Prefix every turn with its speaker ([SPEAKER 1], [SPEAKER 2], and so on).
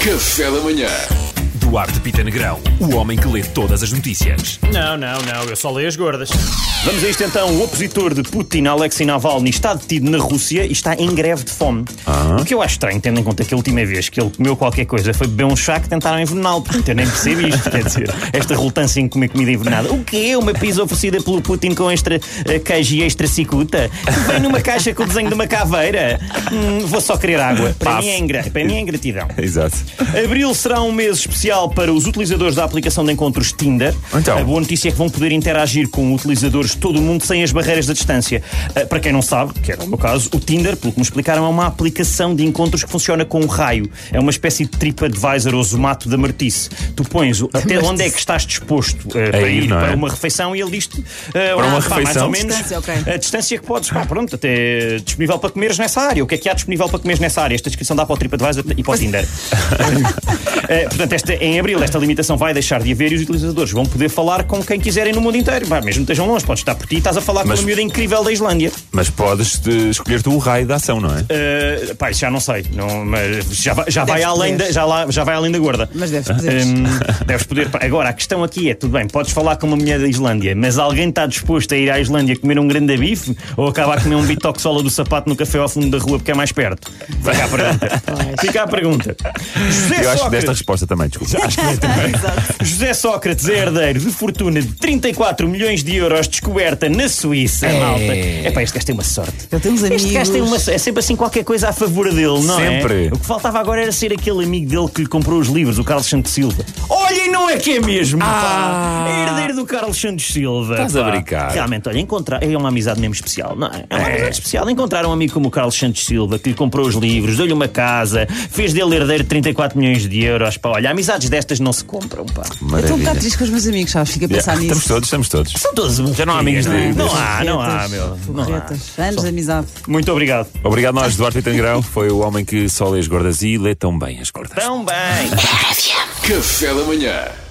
[SPEAKER 1] Café da Manhã.
[SPEAKER 2] Duarte Pita Negrão, o homem que lê todas as notícias.
[SPEAKER 3] Não, não, não, eu só leio as gordas.
[SPEAKER 4] Vamos a isto então. O opositor de Putin, Alexei Navalny, está detido na Rússia e está em greve de fome. O que eu acho estranho, tendo em conta que a última vez que ele comeu qualquer coisa foi beber um chá que tentaram envenená-lo. Portanto, eu nem percebo isto. Quer dizer, esta relutância em comer comida envenenada. O quê? Uma pizza oferecida pelo Putin com extra eh, queijo e extra cicuta? Que vem numa caixa com o desenho de uma caveira? Hum, vou só querer água. Para
[SPEAKER 2] Passo.
[SPEAKER 4] mim é ingra- para mim é ingratidão.
[SPEAKER 2] Exato.
[SPEAKER 4] Abril será um mês especial para os utilizadores da aplicação de encontros Tinder.
[SPEAKER 2] Então.
[SPEAKER 4] A boa notícia é que vão poder interagir com utilizadores de todo o mundo sem as barreiras da distância. Ah, Para quem não sabe, que era o meu caso, o Tinder, pelo que me explicaram, é uma aplicação de encontros que funciona com um raio. É uma espécie de TripAdvisor ou Zomato da Martice. Tu pões o- até onde é que estás disposto ah, para
[SPEAKER 2] ir,
[SPEAKER 4] ir
[SPEAKER 2] não Ah, é?
[SPEAKER 4] para uma refeição e ele diz-te ah,
[SPEAKER 2] uma
[SPEAKER 4] pá, mais
[SPEAKER 2] refeição?
[SPEAKER 4] ou menos
[SPEAKER 5] Distância, ok.
[SPEAKER 4] a distância que podes, pá, pronto, até disponível para comeres nessa área. O que é que há disponível para comeres nessa área? Esta descrição dá para o TripAdvisor e para o Tinder. Eh, portanto, esta, em abril, esta limitação vai deixar de haver e os utilizadores vão poder falar com quem quiserem no mundo inteiro. Pá, mesmo que estejam longe, podes estar por ti e estás a falar
[SPEAKER 2] Mas-
[SPEAKER 4] com uma miúda incrível da Islândia.
[SPEAKER 2] Mas podes eh, escolher tu o raio da ação, não é?
[SPEAKER 4] Eh, pá, isso já não sei, não, mas já, vai- já, vai
[SPEAKER 5] Deves
[SPEAKER 4] além da,
[SPEAKER 5] poder.
[SPEAKER 4] já, lá- já vai além da gorda.
[SPEAKER 5] Mas deves
[SPEAKER 2] Ah,
[SPEAKER 5] poder.
[SPEAKER 4] Hum, deves poder. Pá, Agora, a questão aqui é: tudo bem, podes falar com uma mulher da Islândia, mas alguém está disposto a ir à Islândia comer um grande bife ou acabar a comer um bitoxola do sapato no café ao fundo da rua porque é mais perto? Fica a pergunta. Fica a pergunta.
[SPEAKER 2] Eu
[SPEAKER 4] José
[SPEAKER 2] acho que
[SPEAKER 4] Sócrates-
[SPEAKER 2] desta resposta também, desculpa. Acho que é
[SPEAKER 4] José Sócrates é herdeiro de fortuna de 34 milhões de euros descoberta na Suíça, malta. É pá, este gajo tem uma sorte.
[SPEAKER 5] Ele tem uns amigos.
[SPEAKER 4] Este gajo tem uma, é sempre assim qualquer coisa a favor dele, não
[SPEAKER 2] Sempre.
[SPEAKER 4] é? O que faltava agora era ser aquele amigo dele que lhe comprou os livros, o Carlos Santos Silva. Olhem, não é que é mesmo, pá! É herdeiro do Carlos Santos Silva.
[SPEAKER 2] Ah. Estás a
[SPEAKER 4] pá.
[SPEAKER 2] brincar.
[SPEAKER 4] Realmente, olha, encontrar. É uma amizade mesmo especial, não é? É uma amizade especial. Encontrar um amigo como o Carlos Santos Silva que lhe comprou os livros, deu-lhe uma casa, fez dele herdeiro de 34 milhões de euros, pá. Olha, amizades destas não se compram, pá.
[SPEAKER 5] Eu estou um
[SPEAKER 2] Maravilha.
[SPEAKER 5] bocado triste com os meus amigos, sabes? Fico a pensar
[SPEAKER 2] Yeah. Estamos
[SPEAKER 5] nisso.
[SPEAKER 2] todos, estamos todos.
[SPEAKER 4] São todos.
[SPEAKER 2] Já não há amigos
[SPEAKER 4] não, é?
[SPEAKER 2] de-
[SPEAKER 4] não há, não há,
[SPEAKER 5] Retas,
[SPEAKER 4] meu. Não há.
[SPEAKER 5] retas. Anos de amizade.
[SPEAKER 4] Muito obrigado.
[SPEAKER 2] Obrigado nós, Duarte Pita Negrão. Foi o homem que só lê as gordas e lê tão bem as gordas.
[SPEAKER 4] Tão bem.
[SPEAKER 1] Café da Manhã.